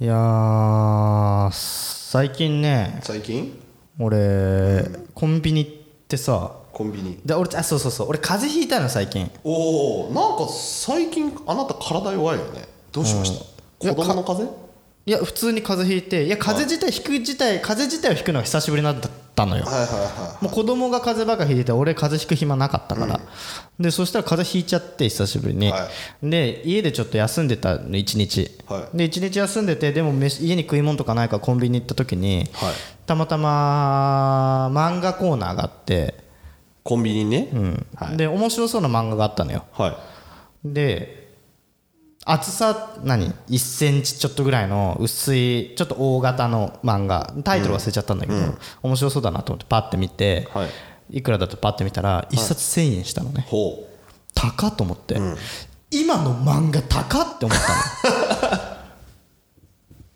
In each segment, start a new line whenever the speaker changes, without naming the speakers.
いやー最近ね
最近
俺コンビニってさ
コンビニ
で俺あそうそうそう俺風邪ひいたの最近
おおなんか最近あなた体弱いよねどうしました、
うん
子供の風邪
いや普通に風邪ひいていや風邪自体ひく自体風邪自体をひくのが久しぶりなんだったのよ
はいはいは
もう子供が風邪ばっかひいてて俺風邪ひく暇なかったから、でそしたら風邪ひいちゃって久しぶりに、
は
で家でちょっと休んでたの1日、
は
で1日休んでてでも飯家に食い物とかないからコンビニ行った時に、
はい
たまたま漫画コーナーがあって、
コンビニね、
うんで面白そうな漫画があったのよ
はい
で厚さ何1センチちょっとぐらいの薄いちょっと大型の漫画タイトル忘れちゃったんだけど、面白そうだなと思ってパッて見て、
はい
いくらだとパッて見たら1冊1000円したのね、
ほう
高っと思って、今の漫画高っって思っ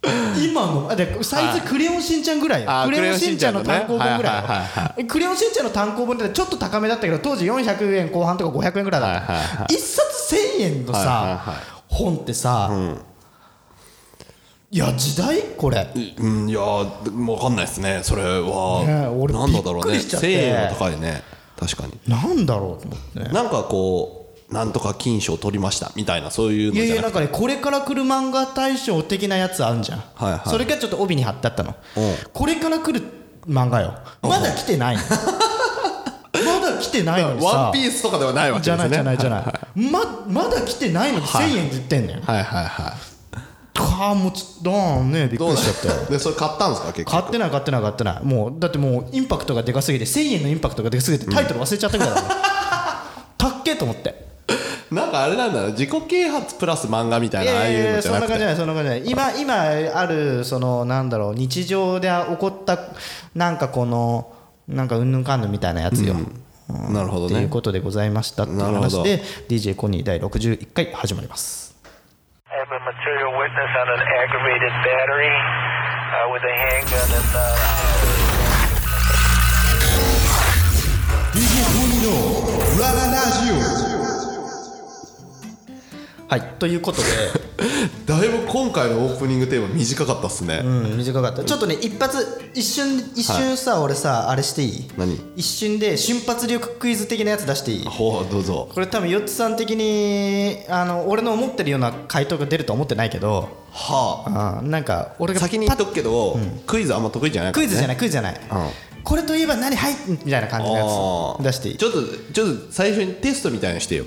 た の今のあでサイズクレヨンしんちゃんぐらいよ
あ
クレヨンしんちゃんの
クレ
単
ヨンし
行本
んちゃんのね
ぐらい
はいはいは
よクレヨンしんちゃんの単行本ってちょっと高めだったけど当時400円後半とか500円ぐらいだった、
はいはい
1冊1000円のさ、
はいはいはい
本ってさ、いや時代これ
いうんいやーでもう分かんないですねそれは、
ねえ俺
なんだだ
び
ろ
っ
う
く
ね
りしちゃって
1000円は高いね確かに
なんだろうと思って
なんかこうなんとか金賞取りましたみたいなそういうの
い
じゃ
や
ないくて
やなんかねこれから来る漫画大賞的なやつあんじゃん、
はいはい
それがちょっと帯に貼ってあったの、
う
これから来る漫画よまだ来て ないのまだ来てないのにさ
ワンピースとかではないわけ
じ
で
ゃ
す
な
ね
いじゃないじゃ
な
ない、ままだ来てないのに1000円って言ってんのよ、
いはいはいは
かあもうちょっとあーねびっ
い
く
どう
り
な
しちゃったよ
んでそれ買ったんですか結局
買ってない買ってない買ってないもうだってもうインパクトがでかすぎて1000円のインパクトがでかすぎてタイトル忘れちゃったぐらいだから、たっけと思って
なんかあれなんだね自己啓発プラス漫画みたい
い
なああ
やいや
いう
い
の
や
じ
そ
ゃ
ん
な
な
く
感じじ
て
ゃないそんな感じじゃない今今あるそのなんだろう日常で起こったなんかこのなんかうんぬんかんぬんみたいなやつよ、
なるほど
という
ね
ことでございましたっていう
なる
話
ほど
で DJ コニー第61回始まります
I have a material witness on an aggravated battery uh, with a handgun and. Uh
DJ コニーのラララジ
はいということで、
だいぶ今回のオープニングテーマ短かったっすね、
うん、短かったちょっとね一発一瞬一瞬さ、俺さあれしていい
何
一瞬で瞬発力クイズ的なやつ出していい
ほうどうぞ
これ多分ヨッツさん的にあの俺の思ってるような回答が出るとは思ってないけど
は
あなんか俺
あ
が
先に言っとくけど、クイズあんま得意じゃないか
ク
ら、
イ
ね、
ズじゃ
な
ない
い
クイズじゃない、これといえば何はいみたいな感じのやつ出していい
ちょっとちょっと最初にテストみたいにしてよ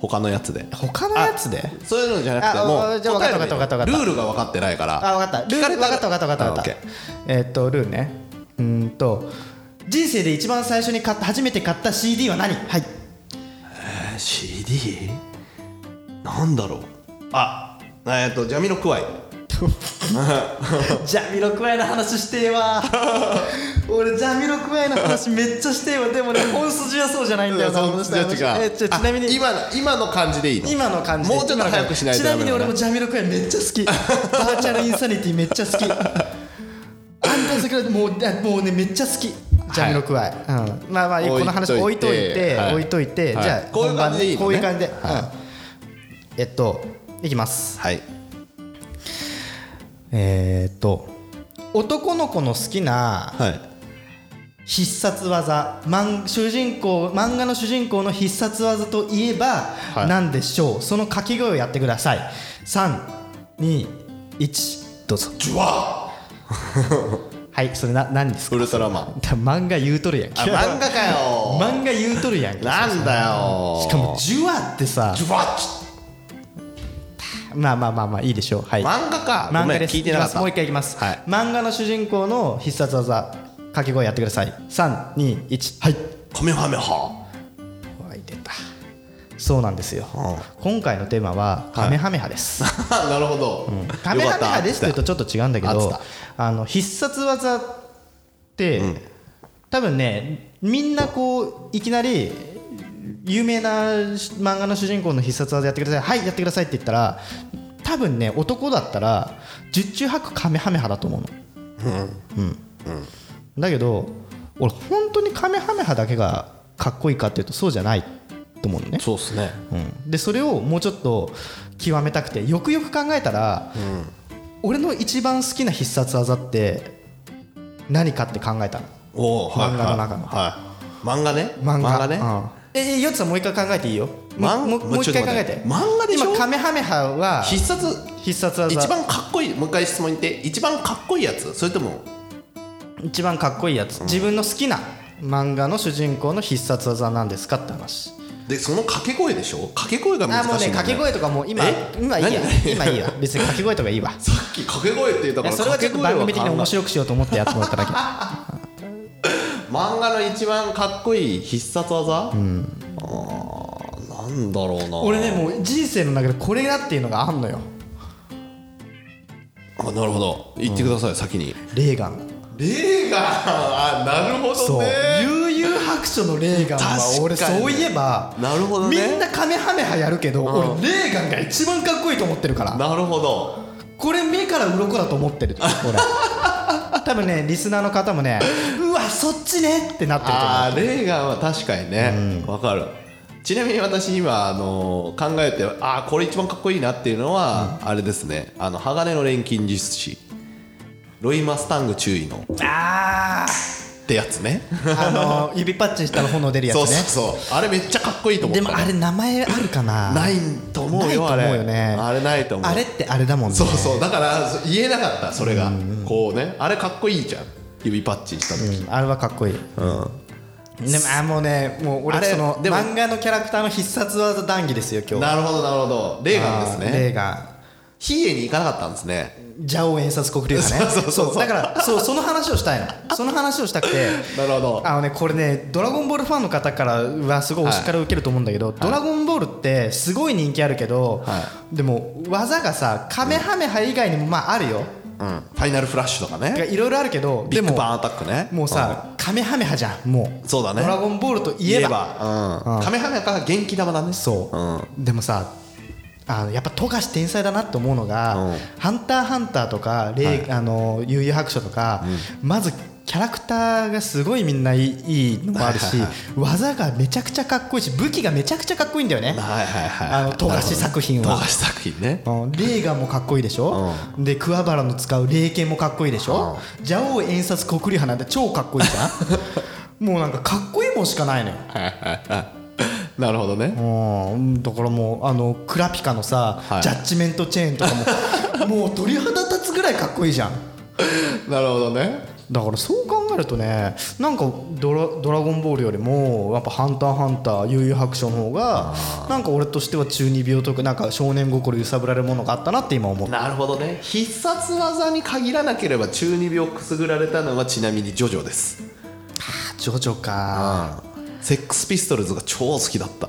他のやつで
他のやつで
そういうのじゃなくて
あ
も
お
う
じゃあ分かった
答えればいい
分かった分かった
ルールが分かってないから
あ分かったル
聞
ー
か
ル
れ
分
た
からった分かった分かった分かった
あ OK
えーっとルールねうーんと人生で一番最初に買った初めて買った CD は何はい
CD? なんだろうあえっとジャミロクワイ
ジャミロクワイの話してえ わ俺ジャミロクワイの話めっちゃしてえわでもね本筋はそうじゃないんだよな
そうじゃあ違う
えーちょちなみに
あ今の今の感じでいいの
今の感じで
もうちょっと早くしないと
ちな
ダ
み
メ
に
なの
俺
ね
もジャミロクワイめっちゃ好きバーチャルインサニティめっちゃ好き安田桜もうあもうねめっちゃ好きジャミロクワイ、うん、まあまあこの話置
置
い
い
と
と
い
い
て
て、はい
置いといて、
はい
じゃあ
こういう感じでいいのね
本番こういう感じで、
は
うんえっといきます
はい
えー、っと男の子の好きな
はい
必殺技漫主人公漫画の主人公の必殺技といえば
い
何でしょう、その掛け声をやってください321どうぞ
ジュワ
はいそれな何です
ー
か
ウルトラマン
だ漫画言うとるやんけ
あ漫画かよ
漫画言うとるやんけ
なんだよ
しかも「ジュワ」ってさ
ジュワッ
まあまあまあまあいいでしょうはい
漫画か
漫
ごめ
画
ん
です
聞いてなか
きま
っ
す
た
もう一回いきます、
はい
漫画の主人公の必殺技掛け声やってください321はい
カメハメハ
はい出たそうなんですよ、
う
今回のテーマは「カメハメハ」です、
なるほど
カメハメハですって言うとちょっと違うんだけ
よか
ど
った
あの必殺技って、多分ねみんなこういきなり有名な漫画の主人公の必殺技やってくださいはいやってくださいって言ったら多分ね男だったら十中八九カメハメハだと思うのうんだけど俺本当にカメハメハだけがかっこいいかっていうとそうじゃないと思うのね
そうっすね
うんでそれをもうちょっと極めたくてよくよく考えたら、俺の一番好きな必殺技って何かって考えたの
おお
漫画の中の
はい漫画ね
漫画
ね、
うんええヨッツさんもう一回考えていいよも
漫
うもうもう一回考えて
ちょっと待って漫画でしょ
今カメハメハは
必殺
必殺技
一番かっこいいもう一回質問言って一番かっこいいやつそれとも
一番かっこいいやつ、自分の好きな漫画の主人公の必殺技なんですかって話
でその掛け声でしょ掛け声が難
あ
しい
もうね
んだよ
掛け声とかもう今
え
今いいや
何
今いいわ別に掛け声とかい いわ
さっき掛け声って言った
いや
から
それはちょっと番組的に面
い
白くしようと思ってやってもらっただけ
漫画の一番かっこいい必殺技うんあーなんだろうな
俺ねもう人生の中でこれだっていうのがあんのよ
あなるほど言ってください、先に
レーガン
レーガンあなるほ
そう悠々白書のレーガン
確か
は
に
俺そういえば
なるほどね
みんなカメハメハやるけど俺レーガンが一番かっこいいと思ってるから
なるほど
これ目から鱗だと思 ってる俺多分ねリスナーの方もねうわそっちねってなってると思う
あーレーガンは確かにねわ、かるちなみに私今、あのー考えてあーこれ一番かっこいいなっていうのは、あれですねあの鋼の錬金術師ロイ・マスタング注意のっ
あ
てやつね
あの指パッチンしたら炎出るやつね
そうそうそうあれめっちゃかっこいいと思った
でもあれ名前あるかな
ないいと思うよ
ないと思うよ
あれ
ね
あれないと思う
あれってあれだもんね
そうそうだからそう言えなかったそれが、こうねあれかっこいいじゃん指パッチンした時、
うんあれはかっこいいでもあもうねもう
あ
俺
れ
その
でも
漫画のキャラクターの必殺技談義ですよ今日
なるほどなるほどレーガンです
あーレ
ね
ーガン
ヒエに行かなかったんですね
蛇王演殺黒龍が ね
そうそうそうそう
だからそうその話をしたいのその話をしたく て
なるほど
あのねこれね「ドラゴンボール」ファンの方からはすごいお叱りを受けると思うんだけど「ドラゴンボール」ってすごい人気あるけど、
は
でも技がさカメハメハ以外にもまああるよ
うん、ファイナルフラッシュとか
てか
ね
いろいろあるけど
ビ
で
ッグバン
も
アタックね
もうさカメハメハじゃんもう
そうだね
ドラゴンボールと
うん
いえば
言えば
う
うんんカメハメハが元気玉だね
そう、
うん
でもさあのやっぱ富樫天才だなと思うのが「
うん
ハンターハンター」とか「レイあの幽遊白書」とか、まずキャラクターがすごいみんないいいいのもあるし
はいはい
技がめちゃくちゃかっこいいし武器がめちゃくちゃかっこいいんだよね
はいはいはい
あの富樫作品は
富樫作品ね
うんレーガンもかっこいいでしょ、で桑原の使う霊剣もかっこいいでしょ、蛇王演殺黒竜派なんて超かっこいいじゃ んもうなんかかっこいいもんしかないのよ
なるほどね
うんだからもうあのクラピカのさ、
はい
ジャッジメントチェーンとか ももう鳥肌立つぐらいかっこいいじゃん
なるほどね
だからそう考えるとねなんかドラ「ドラゴンボール」よりもやっぱ「ハンターハンター」「悠々白書」の方がなんか俺としては中二病というかなんか少年心揺さぶられるものがあったなって今思った
なるほどね必殺技に限らなければ中二病をくすぐられたのはちなみにジョジョです
ジョジョか
セックスピストルズが超好きだった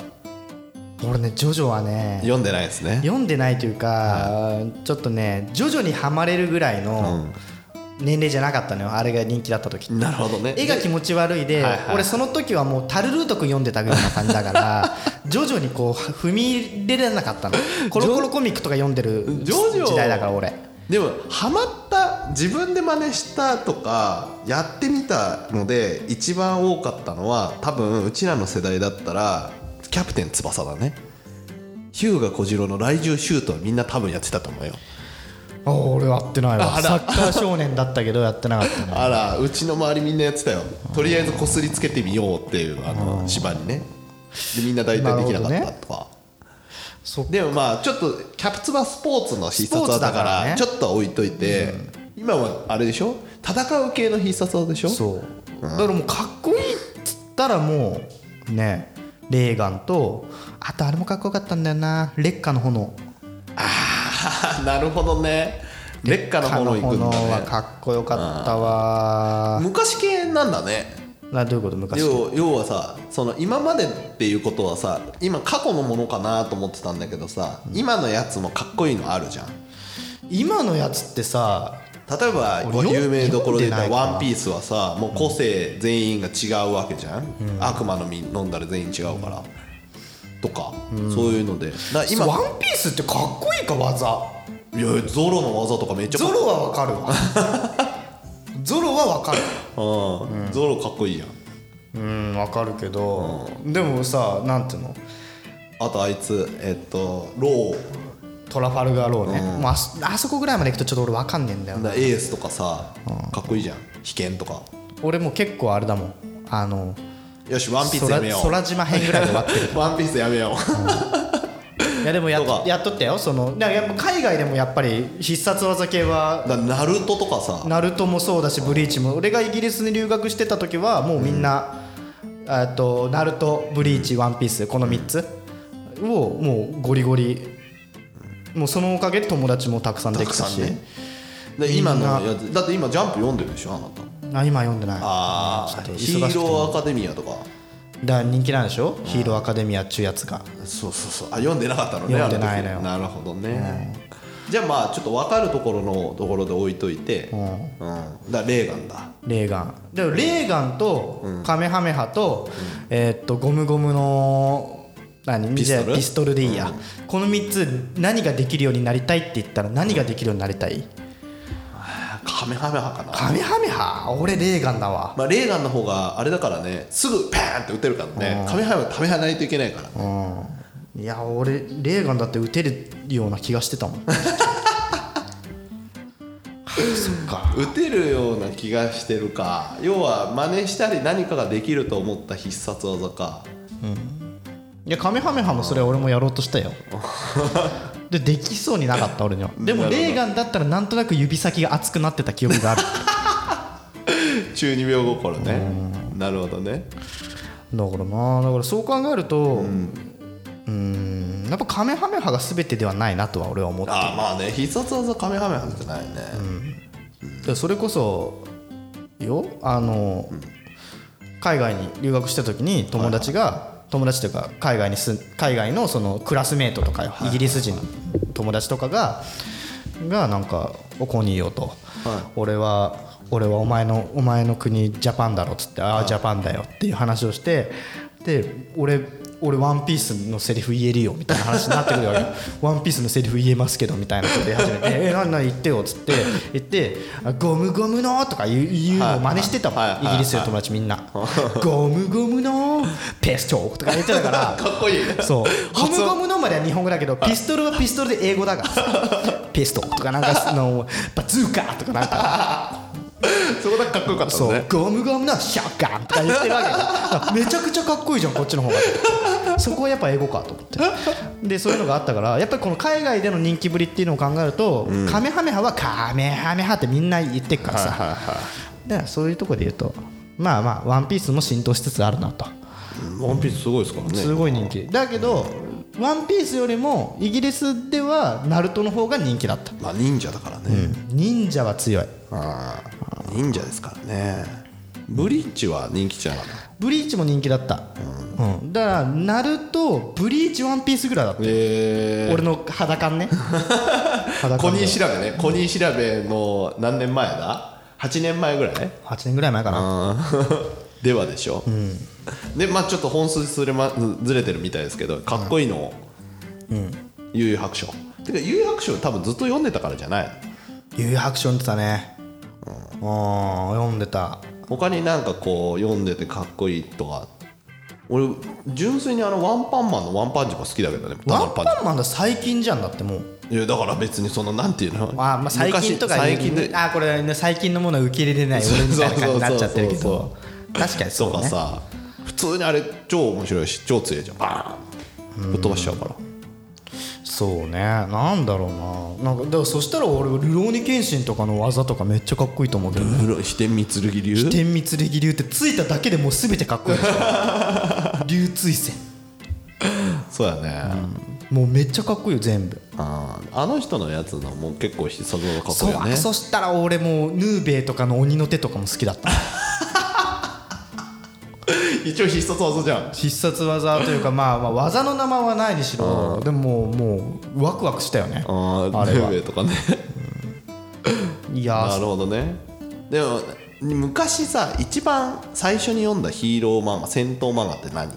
俺ねジョジョはね
読んでないですね
読んでないというかちょっとね徐々にはまれるぐらいの年齢じゃなかったのよあれが人気だった時って
なるほどね
絵が気持ち悪いで、
はいはい
俺その時はもうタルルート君読んでたぐらいな感じだから 徐々にこう踏み入れられなかったのコロコロコミックとか読んでる
ジョジョ
時代だから俺
でもハマった自分で真似したとかやってみたので一番多かったのは多分うちらの世代だったらキャプテン翼だねヒューガ小次郎の来獣シュートはみんな多分やってたと思うよ
あ俺やってないわ
あら
サッカー少年だったけどやってなかったね
あらうちの周りみんなやってたよとりあえずこすりつけてみようっていうあの芝にねでみんな大体できなか
なるほ
った
どね
とか、
そっか
でもまあちょっとキャプツバスポーツの必殺
スポー
技
ツだ
だ
か
からら
ね
ちょっとは置いといて、今はあれでしょ戦う系の必殺技でしょ
そうだからもうかっこいいっつったらもうねレーガンとあとあれもかっこよかったんだよな烈火の炎
あなるほどね劣化の炎いく
烈
んだ
火の炎は
ね
かっこよかったわ
昔系なんだね
などういうこと昔
要要はさその今までっていうことはさ今過去のものかなと思ってたんだけどさ、今のやつもかっこいいのあるじゃん
今のやつってさ
例えば
俺
ご
読ん
有名どころで言った
読んでないか
ら
な
ワンピースはさもう個性全員が違うわけじゃん、悪魔の実飲んだら全員違うから、とか、そういうのでだから今
ワンピースってかっこいいか技
いやゾロの技とかめっちゃか
ゾ
っ
ロはわかる わゾロはわかる
こいい、うん、ゾロかっこいいやん
うんわかるけど、でもさなんていうの
あとあいつえっとロー
トラファルガーローね、もうあそあそこぐらいまで行くとちょっと俺わかんねえんだよ
だからエースとかさかっこいいじゃん飛剣とか
俺もう結構あれだもんあの
よしワンピースや
空
めよう
空島編ぐらいで 終わってる
ワンピースや めよ
いやでもやっ
とか
やっとったよそのだからやっぱ海外でもやっぱり必殺技系は
うだナルトとかさ
ナルトもそうだしブリーチも俺がイギリスに留学してた時はもうみんな、えっとナルトブリーチワンピースこの3つをもうゴリゴリもうそのおかげで友達もたくさんできた
たく
し
さんねで今のやつだって今ジャンプ読んでるでしょあなた
あ今読んでない
あ
ちょっ
あ
と
ヒ
忙しく
ー
て
ローアカデミアとか
だから人気なんでしょヒーローアカデミアっちゅうやつが
そうそうそうあ読んでなかったのね
読んでないのよ
あ時なるほどね、じゃあまあちょっと分かるところのところで置いといて、うんだからレーガンだ
レーガンでもレーガンとカメハメハと、えーっとゴムゴムの何
ピストル
じゃあピストルでいいや、この3つ何ができるようになりたいって言ったら何ができるようになりたい、
あカメハメハかな
カメハメハ俺レーガンだわ
まあ、レーガンの方があれだからねすぐパーンって撃てるからねカメハメハ食べはないといけないから、
いや俺レーガンだって打てるような気がしてたもんはあそっか
打てるような気がしてるか要は真似したり何かができると思った必殺技か
いやカメハメハもそれは俺もやろうとした よでできそうになかった俺にはでも
なるほど
レーガンだったらなんとなく指先が熱くなってた記憶 がある
中二病心ねなるほどね
だからなだからそう考えるとうんんやっぱカメハメハが全てではないなとは俺は思って
ああまあね必殺技カメハメハじゃないね、
でそれこそよあの、海外に留学した時に友達が友達というか海外に住ん海外のそのクラスメートとかよイギリス人の友達とかががなんか「おこにいよ」と「俺は俺はお前のお前の国ジャパンだろ」っつって「ああジャパンだよ」っていう話をしてで俺俺ワンピースのセリフ言えるよみたいな話になってくる わけワンピースのセリフ言えますけどみたいなこと言い始めて「え何何言ってよ」っつって言ってあ「ゴムゴムの」とか言う言うのを真似してたも
はいはい
んイギリスの友達みんな「ゴムゴムのペスト」とか言ってたから
かっこいいね
そうゴムゴムのまでは日本語だけどピストルはピストルで英語だからさピストルとかなんかそのバズーカとかなんか
そこだけかっこよかったの
そう
ね
ゴムゴムのシャッガンとか言ってるわけよだからめちゃくちゃかっこいいじゃんこっちの方がそこはやっぱ英語かと思ってでそういうのがあったからやっぱりこの海外での人気ぶりっていうのを考えると、カメハメハはカメハメハってみんな言ってるからさ、だからそういうとこで言うとまあまあワンピースも浸透しつつあるなと。
ワンピースすごいですからね
すごい人気だけど「ワンピースよりもイギリスではナルトの方が人気だった
まあ忍者だからね、
忍者は強い
ああ忍者ですからねブリッジは人気じゃなかった
ブリーチも人気だった、うん、だからナルトブリーチワンピースぐらいだった、
え
俺の肌感 ね肌
コ
感
ニ
ね
ー調べねコニー調べの何年前だ8年前ぐらい
8年ぐらい前かな
ではでしょ、でまあちょっと本数ずれ,、ま、ずれてるみたいですけどかっこいいの悠々白書てか悠々白書多分ずっと読んでたからじゃない
有白書読んでたねうん読んでた
他になんかこう読んでてかっこいいとか俺純粋にあのワンパンマンのワンパンチも好きだけどねただ
ワ
の
ン
パン
パンマンだ最近じゃんだってもう
チいやだから別にそのなんていうの
あーまあ最近とか
昔
言う
最近で
あーこれ、ね、最近のものは受け入れれ ない俺みたいな感じになっちゃってるけ
そうそう
ど確かにそ
と
う
か
ね
さ普通にあれ超面白いし超強いじゃんバーンぶっ飛ばしちゃうから
そうねなんだろうななんかだからそしたら俺「ルローニケンシン」とかの技とかめっちゃかっこいいと思うけどね
うろ飛天三剣流
天密力流ってついただけでもう全てかっ こいいでしょ流追戦
そうだね、
もうめっちゃかっこいいよ全部
あーあの人のやつのも結構必殺技かっこ
そ
いういよ
あ
ね
そしたら俺もうヌーベイとかの鬼の手とかも好きだった
一応必殺技じゃん
必殺技というかまあまあ技の名前はないにしろでももうワクワクしたよね
あ
あ
あ
れ
ル
は
ーベとかね
いや
な
ー
るほどねでも昔さ一番最初に読んだヒーロー漫画戦闘漫画って何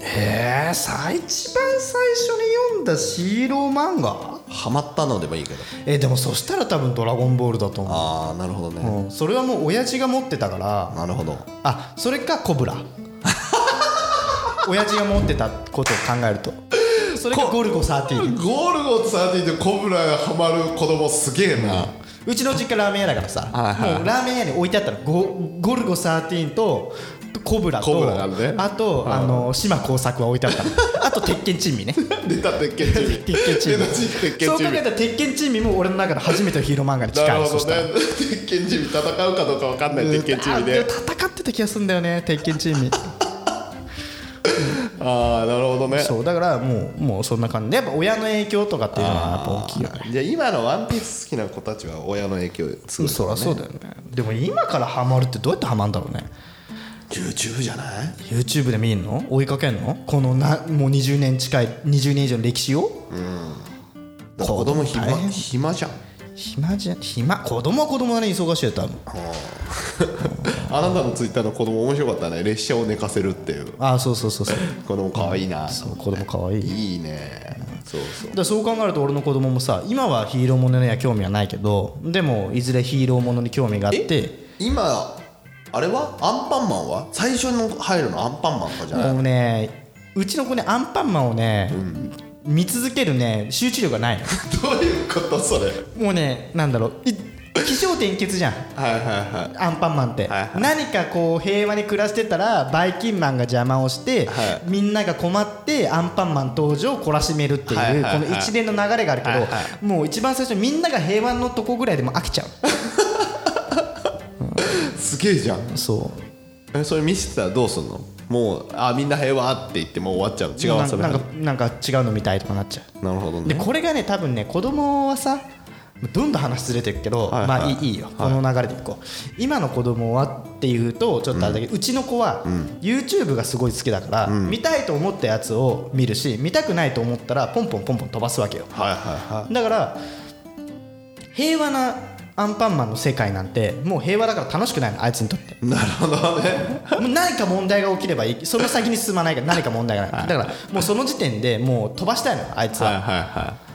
えー、さ一番最初に読んだヒーロー漫画
ハマったのでもいいけど
えでもそしたら多分「ドラゴンボール」だと思う
ああなるほどね、
うんそれはもう親父が持ってたから
なるほど
あそれかコブラ親父が持ってたことを考えるとそれがゴルゴ13
ゴルゴ13でコブラがハマる子供すげえな、
うちの実家ラーメン屋だからさ、
はいはい
もうラーメン屋に置いてあったのゴゴルゴ13とコブラと
コブラがあるね
あと、あの島耕作は置いてあったのあと鉄拳珍 味ね
出た鉄拳チーム
鉄拳珍味
出た鉄拳
そう
チ
考
ーム
えたら鉄拳珍味も俺の中で初めてのヒーロー漫画に 近い
なる
そ
ほ
し
ど
た
ね
ら
鉄拳チーム戦うかどうかわかんない鉄拳チーム
あで
で
も戦ってた気がするんだよね鉄拳珍 味
ああなるほどね
そうだからもうもうそんな感じでやっぱ親の影響とかっていうのはやっぱ大きいよね
じゃあ今の「ワンピース好きな子たちは親の影響すごい
そりゃそうだよねでも今からハマるってどうやってハマるんだろうね
YouTube じゃない
YouTube で見んの追いかけんのこのなもう20年近い20年以上の歴史を
だから子供暇
大変
暇じゃん
暇じゃ暇子供は子供なりに忙しいよ多分
あなたのツイッターの子供面白かったね列車を寝かせるっていう
ああそうそうそうそう
子供可愛いな
そう子供可愛いだか
いいねそうそう
らそう考えると俺の子供もさ今はヒーローものには興味はないけどでもいずれヒーローものに興味があって
今あれはアンパンマンは最初の入るのアンパンマンかじゃない
もうねうちの子ねアンパンマンをね、見続けるね集中力がないの
どういうことそれ
もうねなんだろうい 起承転結じゃん
はいはいはい
アンパンマンって、
はいはい
何かこう平和に暮らしてたらばいきんまんが邪魔をして、
は
みんなが困ってアンパンマン登場を懲らしめるっていう、
はいはいはい
この一連の流れがあるけど、
はいは
もう一番最初みんなが平和のとこぐらいでもう飽きちゃ
すげえじゃん
うそ
えそれ見せてたらどうすんのもうあみんな平和って言ってもう終わっちゃう
う
違う遊び
な
な
か
ん
なんか違うの見たいとかなっちゃ
なるほど
うで
ね
これがね多分ね子供はさどんどん話ずれてるけど、
はい
まあいいいいよ、この流れでいこう今の子供はっていうとちょっとあれだけど、うちの子は YouTube がすごい好きだから、見たいと思ったやつを見るし見たくないと思ったらポンポンポンポン飛ばすわけよ
はいはいは
だから平和なアンパンマンの世界なんてもう平和だから楽しくないのあいつにとって
いなるほどね
もう何か問題が起きればいいその先に進まないから何か問題がないだからもうその時点でもう飛ばしたいのあいつは、
はいはいは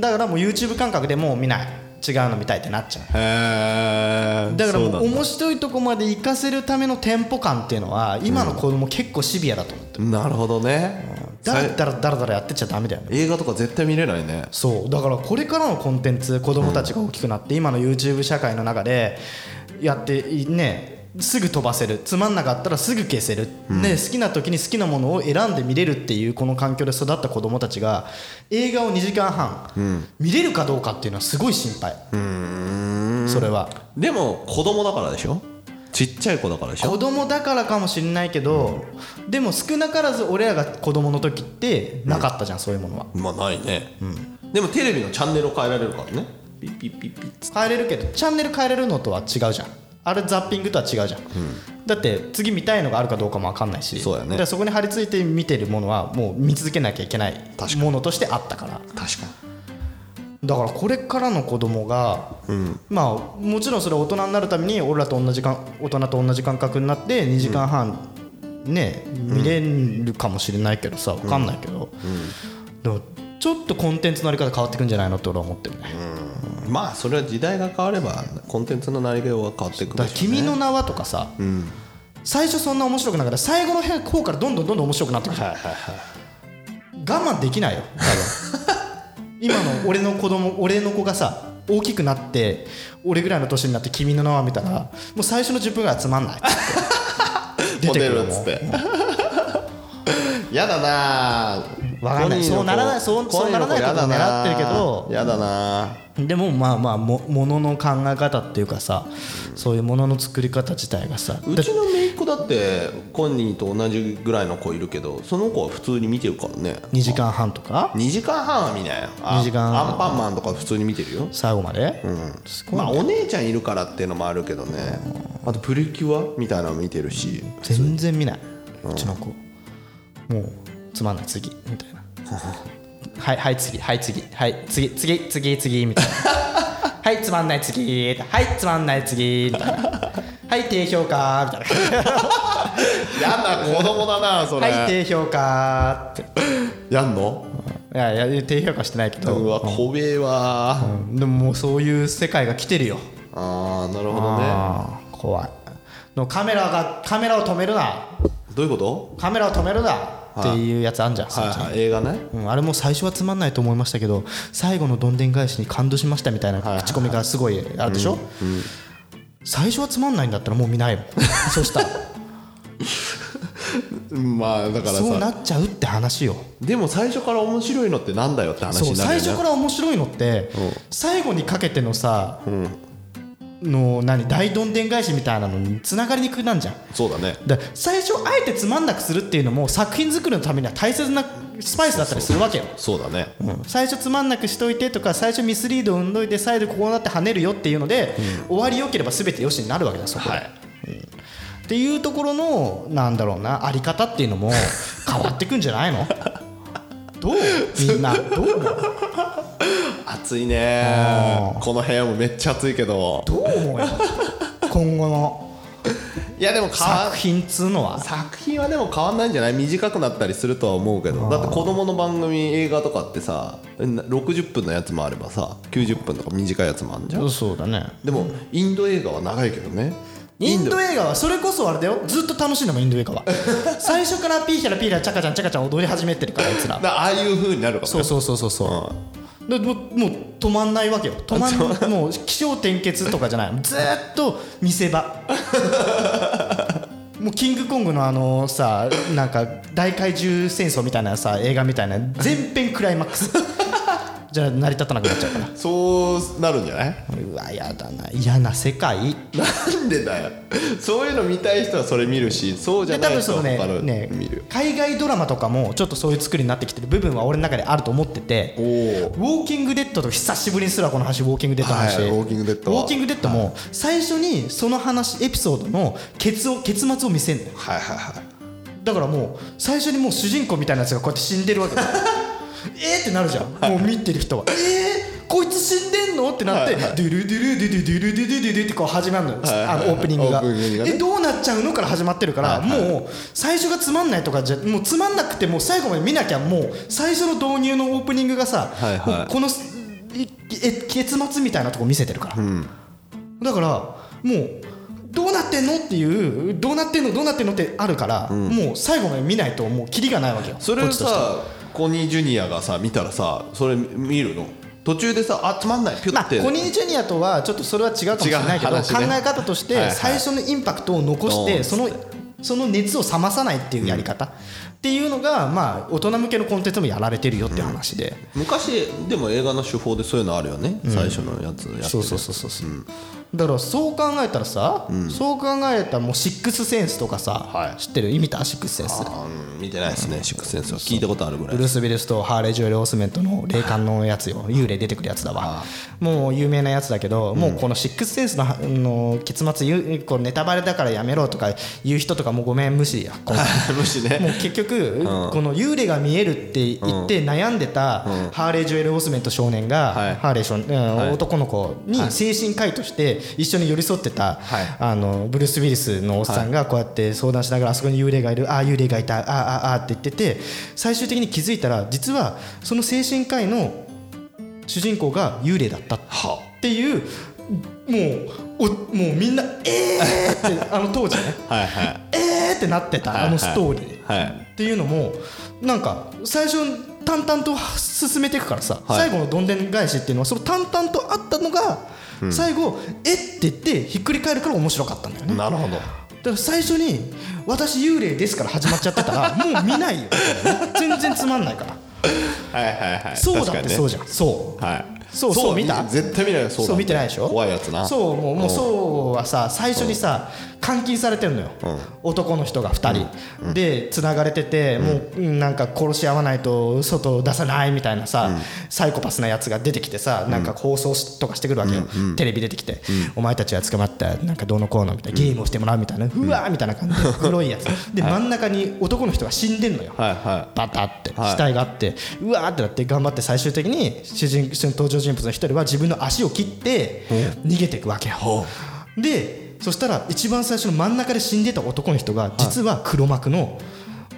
だからもう YouTube 感覚でもう見ない違うの見たいってなっちゃう
いへえ
だからもう
うなんだ
面白いとこまで行かせるためのテンポ感っていうのは今の子供結構シビアだと思ってる、
なるほどね
だら
さ
だらだらだらやってちゃダメだよね
映画とか絶対見れないね
そうだからこれからのコンテンツ子供たちが大きくなって、今の YouTube 社会の中でやっていねすぐ飛ばせるつまんなかったらすぐ消せる、で好きな時に好きなものを選んで見れるっていうこの環境で育った子供たちが映画を2時間半、見れるかどうかっていうのはすごい心配それは
でも子供だからでしょちっちゃい子だからでしょ
子供だからかもしれないけど、でも少なからず俺らが子供の時ってなかったじゃん、そういうものは
まあないね、でもテレビのチャンネルを変えられるからねピッピッピッピッつって
変えれるけどチャンネル変えれるのとは違うじゃんあれザッピングとは違うじゃん、だって次見たいのがあるかどうかも分かんないし
そうだよね
からそこに張り付いて見てるものはもう見続けなきゃいけないものとしてあったから
確か
だからこれからの子供が、まあもちろんそれは大人になるために俺らと同じか大人と同じ感覚になって2時間半、ね見れるかもしれないけどさ分かんないけど、でもちょっとコンテンツのあり方変わってくんじゃないのって俺は思ってるね、
にまあそれは時代が変わればコンテンツのなりようは変わってくる
だ
で
から
しょうね
君の名はとかさ、最初そんな面白くなかった最後の方からどんどんどんどん面白くなってくる、我慢できないよ多分 今の俺の子供俺の子がさ大きくなって俺ぐらいの年になって君の名は見たらもう最初の10分ぐらいはつまん ない出てくる
モデルっ
も
つっ
ん
て やだなあ
わかんない
コニーの子
そうならないそうそうならないとこ
コニーの子やだ
狙
あ
ってるけど
やだなあ
でもまあまあもものの考え方っていうかさそういうものの作り方自体がさだ
うちの姪っ子だってコニーと同じぐらいの子いるけどその子は普通に見てるからね
2時間半とか
2時間半は見ないよあ
二時間半
アンパンマンとか普通に見てるよ
最後まで、すごい
まあお姉ちゃんいるからっていうのもあるけどねあとプリキュアみたいなの見てるし
全然見ないうちの子もうつまんない次みたい なはいはい次はい次はい次次次次みたい なはいつまんない次はいつまんない次みたいなはい低評価みたい
やだ子供だなそ
なはい低評価って
やんの
いやいや低評価してないけど
うわ怖え
う
わ
んでももうそういう世界が来てるよ
あーなるほどね
あー怖いのカメラがカメラを止めるな
どういうこと
カメラを止めるなっていうやつあんじゃん、
はいはい映画ね
うん、あれも最初はつまんないと思いましたけど最後のどんでん返しに感動しましたみたいな口コミがすごいあるでしょ、最初はつまんないんだったらもう見 ないもんそうしたら
うんまあだから
そうな
さ
っちゃうって話よ
でも最初から面白いのってなんだよって話
そう
になるよ
最
ね
初から面白いのって最後にかけてのさ、の何大どんでん返しみたいなのにつながりにくくなんじゃん
そうだね
だ最初あえてつまんなくするっていうのも作品作りのためには大切なスパイスだったりするわけよ
そうだね
最初つまんなくしといてとか最初ミスリードを生んどいて最後こうなって跳ねるよっていうので、終わりよければ全てよしになるわけだそこで、
はい
っていうところのなんだろうなあり方っていうの も変わってくんじゃないのどうみんなどう思う
暑いねこの部屋もめっちゃ暑いけど
どう思うよ今後の
いやでも変わ
作品っつうのは
作品はでも変わんないんじゃない短くなったりするとは思うけどだって子供の番組映画とかってさな60分のやつもあればさ90分とか短いやつもあるじゃん
そうだね
でもインド映画は長いけどね
インド映画はそれこそあれだよずっと楽しいのもインド映画 は最初からピーヒャラピーヒャラチャカチャンチャカチャン踊り始めてるからあいつら
だああいう風になるかもね
そうそうそうそうそう、でもうもう止まんないわけよ止まんもう起承転結とかじゃないずーっと見せ 場もうキングコングのあのさなんか大怪獣戦争みたいなさ映画みたいな全編クライマック スじゃあ成り立たなくなっちゃうから
そうなるんじゃない
うわやだな嫌な世界
なんでだよそういうの見たい人はそれ見るしそうじゃ
で
な
多
い
分
人
そ
は
の
他の
ねね
見る
海外ドラマとかもちょっとそういう作りになってきてる部分は俺の中であると思ってて
おお
ウォーキングデッドと久しぶりにするわこの話ウォーキングデッドの話、
はいウォーキングデッド
ウ
は
ォーキングデッドも最初にその話エピソードの結を結末を見せんのよ
はいはいはい
だからもう最初にもう主人公みたいなやつがこうやって死んでるわけだ えーってなるじゃんもう見てる人はえーこいつ死んでんのってなって、
はいはい
ドゥルドゥルドゥルドゥルドゥルドゥルドゥルってこう始まるのよ、
はいはいは
あ
い
のオープニングが
オープニングがね
えどうなっちゃうのから始まってるから、もう最初がつまんないとかじゃもうつまんなくてもう最後まで見なきゃもう最初の導入のオープニングがさ、
はいはい
もうこのいえ結末みたいなとこ見せてるから、だからもうどうなってんのっていうどうなってんのどうなってんのってあるから、もう最後まで見ないともうキリがないわけよ
それ
こ
を
っちとしては
さコニー・ジュニアがさ見たらさそれ見るの途中でさあつまんないピュ
まあ、
ッて、
コニー・ジュニアとはちょっとそれは違うかもしれないけど、
違う話
考
ね
え方とし
はいは
て
い
最初のインパクトを残し
ドー
て
ン
そのその熱を冷まさないっていうやり方、っていうのが、まあ、大人向けのコンテンツもやられてるよっていう話で、
昔でも映画の手法でそういうのあるよね、最初のやつやってる
そうそうそうそうそう、だからそう考えたらさ、そう考えたらもうシックスセンスとかさ、
はい
知ってる意味たシックスセンス
あーうん見てないですね、シックスセンスは聞いたことあるぐら
ブ
い
ルース・ウィルスとハーレー・ジョエル・オースメントの霊感のやつよ幽霊出てくるやつだわもう有名なやつだけど、もうこのシックスセンスのあの結末言うこうネタバレだからやめろとか言う人とかもうごめん無視やこの
もしね
もう結局、この幽霊が見えるって言って悩んでた、ハーレー・ジョエル・オースメント少年が、
はい
ハーレー少年、うん
はい
男の子に精神科医として一緒に寄り添ってた、
はい
あのブルース・ウィリスのおっさんがこうやって相談しながら、あそこに幽霊がいるああ幽霊がいたあああああって言ってて最終的に気づいたら実はその精神科医の主人公が幽霊だった
は
っていうもうおもうみんな「えー!」ってあの当時ね
あはいはい
「えー!」ってなってたあのストーリー。
はい
っていうのもなんか最初淡々と進めていくからさ、
はい
最後のどんでん返しっていうのはその淡々とあったのが、最後えって言ってひっくり返るから面白かったんだよねだ
なるほど
から最初に「私幽霊です」から始まっちゃってたらもう見ないよ全然つまんない から
はいはいはい
そうだ
確
っ
か
て
にね
そうじゃん、そう
はい
そうそう見た
絶対見ないよそう
そう見てないでしょ
怖いやつな
そうもうもう
う
そうはさ最初にさ監禁されてるのよ、
ん
男の人が2人、でつながれてて、もうなんか殺し合わないと外を出さないみたいなさ、サイコパスなやつが出てきてさなんか放送しとかしてくるわけよ、テレビ出てきて、お前たちは捕まったなんかどうのこうのみたいなゲームをしてもらうみたいな、うわーみたいな感じで黒いやつで、真ん中に男の人が死んでんのよ、
はいは
バタって
はい
死体があって、うわーってなって頑張って最終的に主人その登場人物の一人は自分の足を切って逃げていくわけよでそしたら一番最初の真ん中で死んでた男の人が実は黒幕の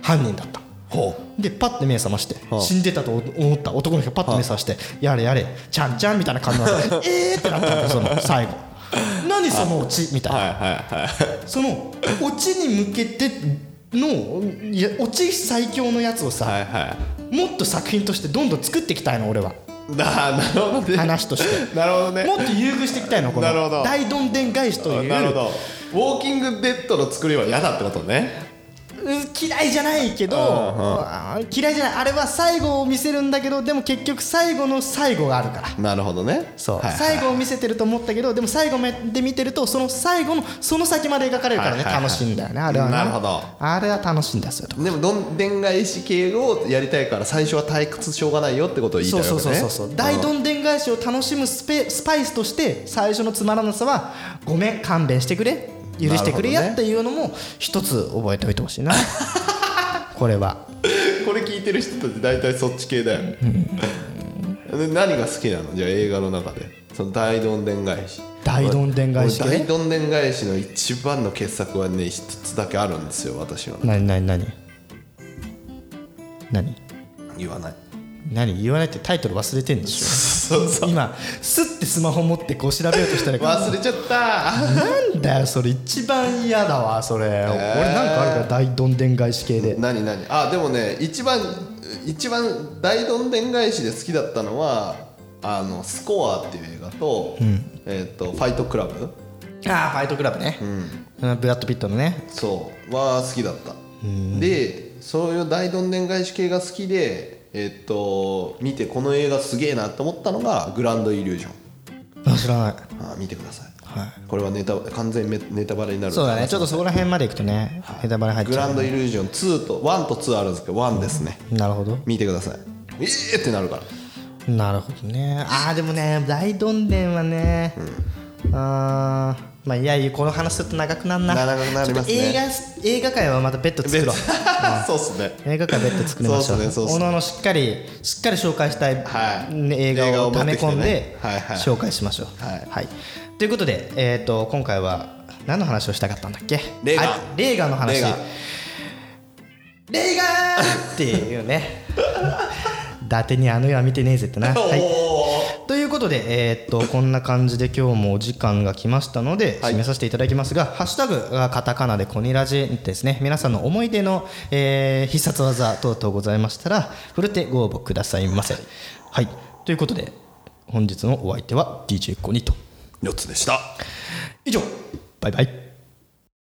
犯人だった、
いほう
でパッて目覚まして
あ
死んでたと思った男の人がパッて目覚ましてやれやれちゃんちゃんみたいな感じにな ってえーってなったんだその最後何そのオチみたいな
はいはいはい
そのオチに向けてのいやオチ最強のやつをさ、
はいは
もっと作品としてどんどん作っていきたいの俺はい
ななるほどね
話として
なるほどね
もっと優遇していきたいのこ
なるほ
の
ど
大どんでん返しという
なるほどウォーキングデッドの作りは嫌だってことね
うん嫌いじゃないけど
うんうん
あー嫌いじゃないあれは最後を見せるんだけどでも結局最後の最後があるから
なるほどね
そう、
はいはい
最後を見せてると思ったけどでも最後まで見てるとその最後のその先まで描かれるからね、
はいはいはい
楽しいんだよねあれはね
なるほど
あれは楽しいんですよと
でもどんでん返し系をやりたいから最初は退屈しょうがないよってことを言いた
そ
いうわけ
そ
ね
うそうそうそう大どんでん返しを楽しむスペスパイスとして最初のつまらなさはごめん勘弁してくれ許してくれ
な
や
る
っ
ほ
て
ど
いうのも一つ覚えておいてほし いなこれは
これ聞いてる人たち大体そっち系だよで何が好きなのじゃあ映画の中でその大どんでん返し
大どんでん返し系
俺大どんでん返しの一番の傑作はね一つだけあるんですよ私は
何何何何
言わない
何言わないってタイトル忘れてんでし
そう
ょ
そう
今スッてスマホ持ってこう調べようとしたら
忘れちゃった
なんだよそれ一番嫌だわそれ、俺なんかあるから大どんでん返し系で
何何あでもね一番一番大どんでん返しで好きだったのはあのスコアっていう映画と,、えっとファイトクラブ
ああファイトクラブね、うん、ブラッド・ピットのね
そうは好きだったでそういう大どんでん返し系が好きでえっと見てこの映画すげえなと思ったのが「グランドイリュージョン
あ知らない」
あ見てください、
は
これはネタ完全ネタバレになる
そうだねちょっとそこら辺まで行くとねネタバレ入っ
グ
ち
ラ
ゃ
ン
う
ドイリュージョン2と1と2あるんですけど1ですね
なるほど
見てくださいええーってなるから
なるほどねああでもね大どんでんはね、ああまあいやいやこの話すると長くなんな
長くなりますね
ちょっと映画映画界はまた別途作ろう
そうっすね
映画館別途作りましょう
そうっすねそうっすね
おのおのしっかりしっかり紹介したい、
はい
ね映画を
映画
溜
を持
め
ってきてね
込んで
はいはい
紹介しましょう
はい
ということで、えー、と今回は何の話をしたかったんだっけ
レーガー
あレーガーの話
レーガー
レーガーっていう ね伊達にあの世は見てねえぜってな、はい、
お
ということで、えーっとこんな感じで今日もお時間が来ましたので
はい
締めさせていただきますが「ハッシュタグがカタカナでコニラジ」ですね皆さんの思い出の、えー必殺技等々ございましたらふるってご応募くださいませ。はい、ということで本日のお相手は DJ コニと
ー4つでした
以上バイバイ。